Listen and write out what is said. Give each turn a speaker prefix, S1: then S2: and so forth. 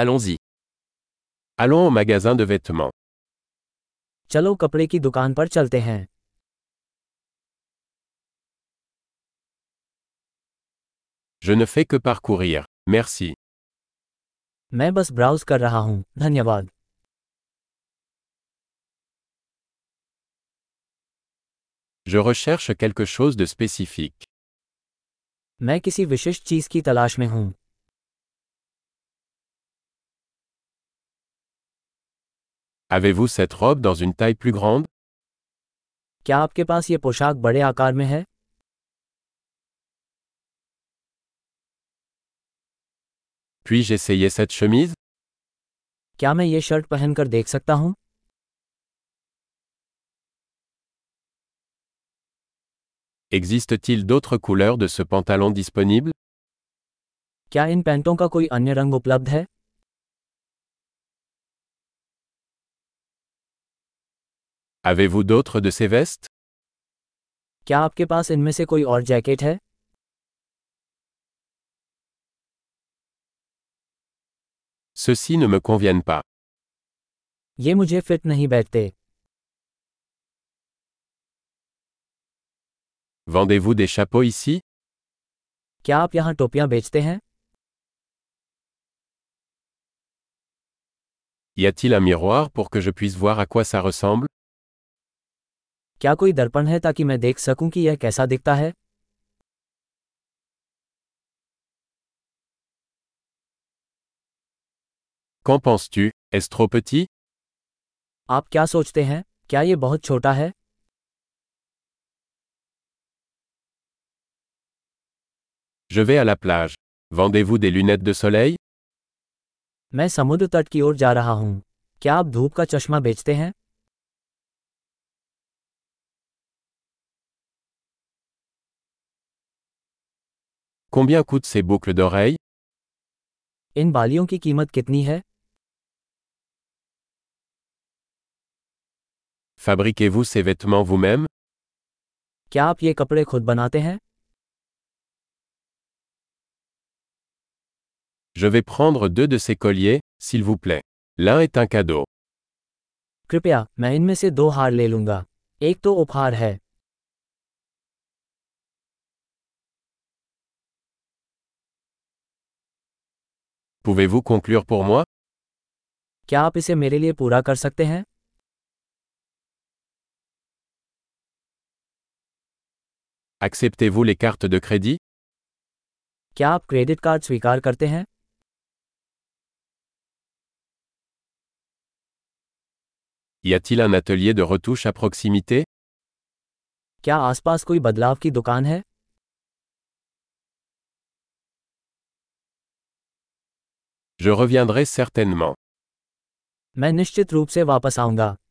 S1: Allons-y. Allons au magasin de vêtements.
S2: चलो कपड़े की दुकान पर चलते हैं
S1: Je ne fais que parcourir. Merci.
S2: मैं बस ब्राउज कर रहा हूँ धन्यवाद
S1: Je recherche quelque chose de spécifique.
S2: मैं किसी विशिष्ट चीज की तलाश में हूँ
S1: Avez-vous cette robe dans une taille plus grande
S2: क्या आपके पास ये पोशाक बड़े आकार में है
S1: Puis-je essayer cette chemise
S2: क्या मैं ये शर्ट पहनकर देख सकता हूँ
S1: Existe-t-il d'autres couleurs de ce pantalon disponible
S2: क्या इन पैंटों का कोई अन्य रंग उपलब्ध है
S1: Avez-vous d'autres de ces vestes
S2: क्या आपके पास इनमें से कोई और जैकेट है
S1: Ceux-ci ne me conviennent pas.
S2: ये मुझे फिट नहीं बैठते
S1: Vendez-vous des chapeaux ici
S2: क्या आप यहाँ टोपियाँ बेचते हैं
S1: Y a-t-il un miroir pour que je puisse voir à quoi ça ressemble
S2: क्या कोई दर्पण है ताकि मैं देख सकूं कि यह कैसा दिखता है
S1: Qu'en penses-tu Est-ce trop petit
S2: आप क्या सोचते हैं क्या ये बहुत छोटा है
S1: Je vais à la plage. Vendez-vous des lunettes de soleil
S2: मैं समुद्र तट की ओर जा रहा हूँ क्या आप धूप का चश्मा बेचते हैं
S1: Combien coûtent ces boucles d'oreilles
S2: इन बालियों की कीमत कितनी है
S1: Fabriquez-vous ces vêtements vous-même
S2: क्या आप ये कपड़े खुद बनाते हैं
S1: Je vais prendre deux de ces colliers, s'il vous plaît. L'un est un cadeau.
S2: कृपया मैं इनमें से दो हार ले लूंगा एक तो उपहार है
S1: Pouvez-vous conclure pour moi
S2: क्या आप इसे मेरे लिए पूरा कर सकते हैं
S1: Acceptez-vous les cartes de crédit
S2: क्या आप क्रेडिट कार्ड स्वीकार करते हैं
S1: Y a-t-il un atelier de retouche à proximité
S2: क्या आसपास कोई बदलाव की दुकान है
S1: Je reviendrai certainement.
S2: मैं निश्चित रूप से वापस आऊंगा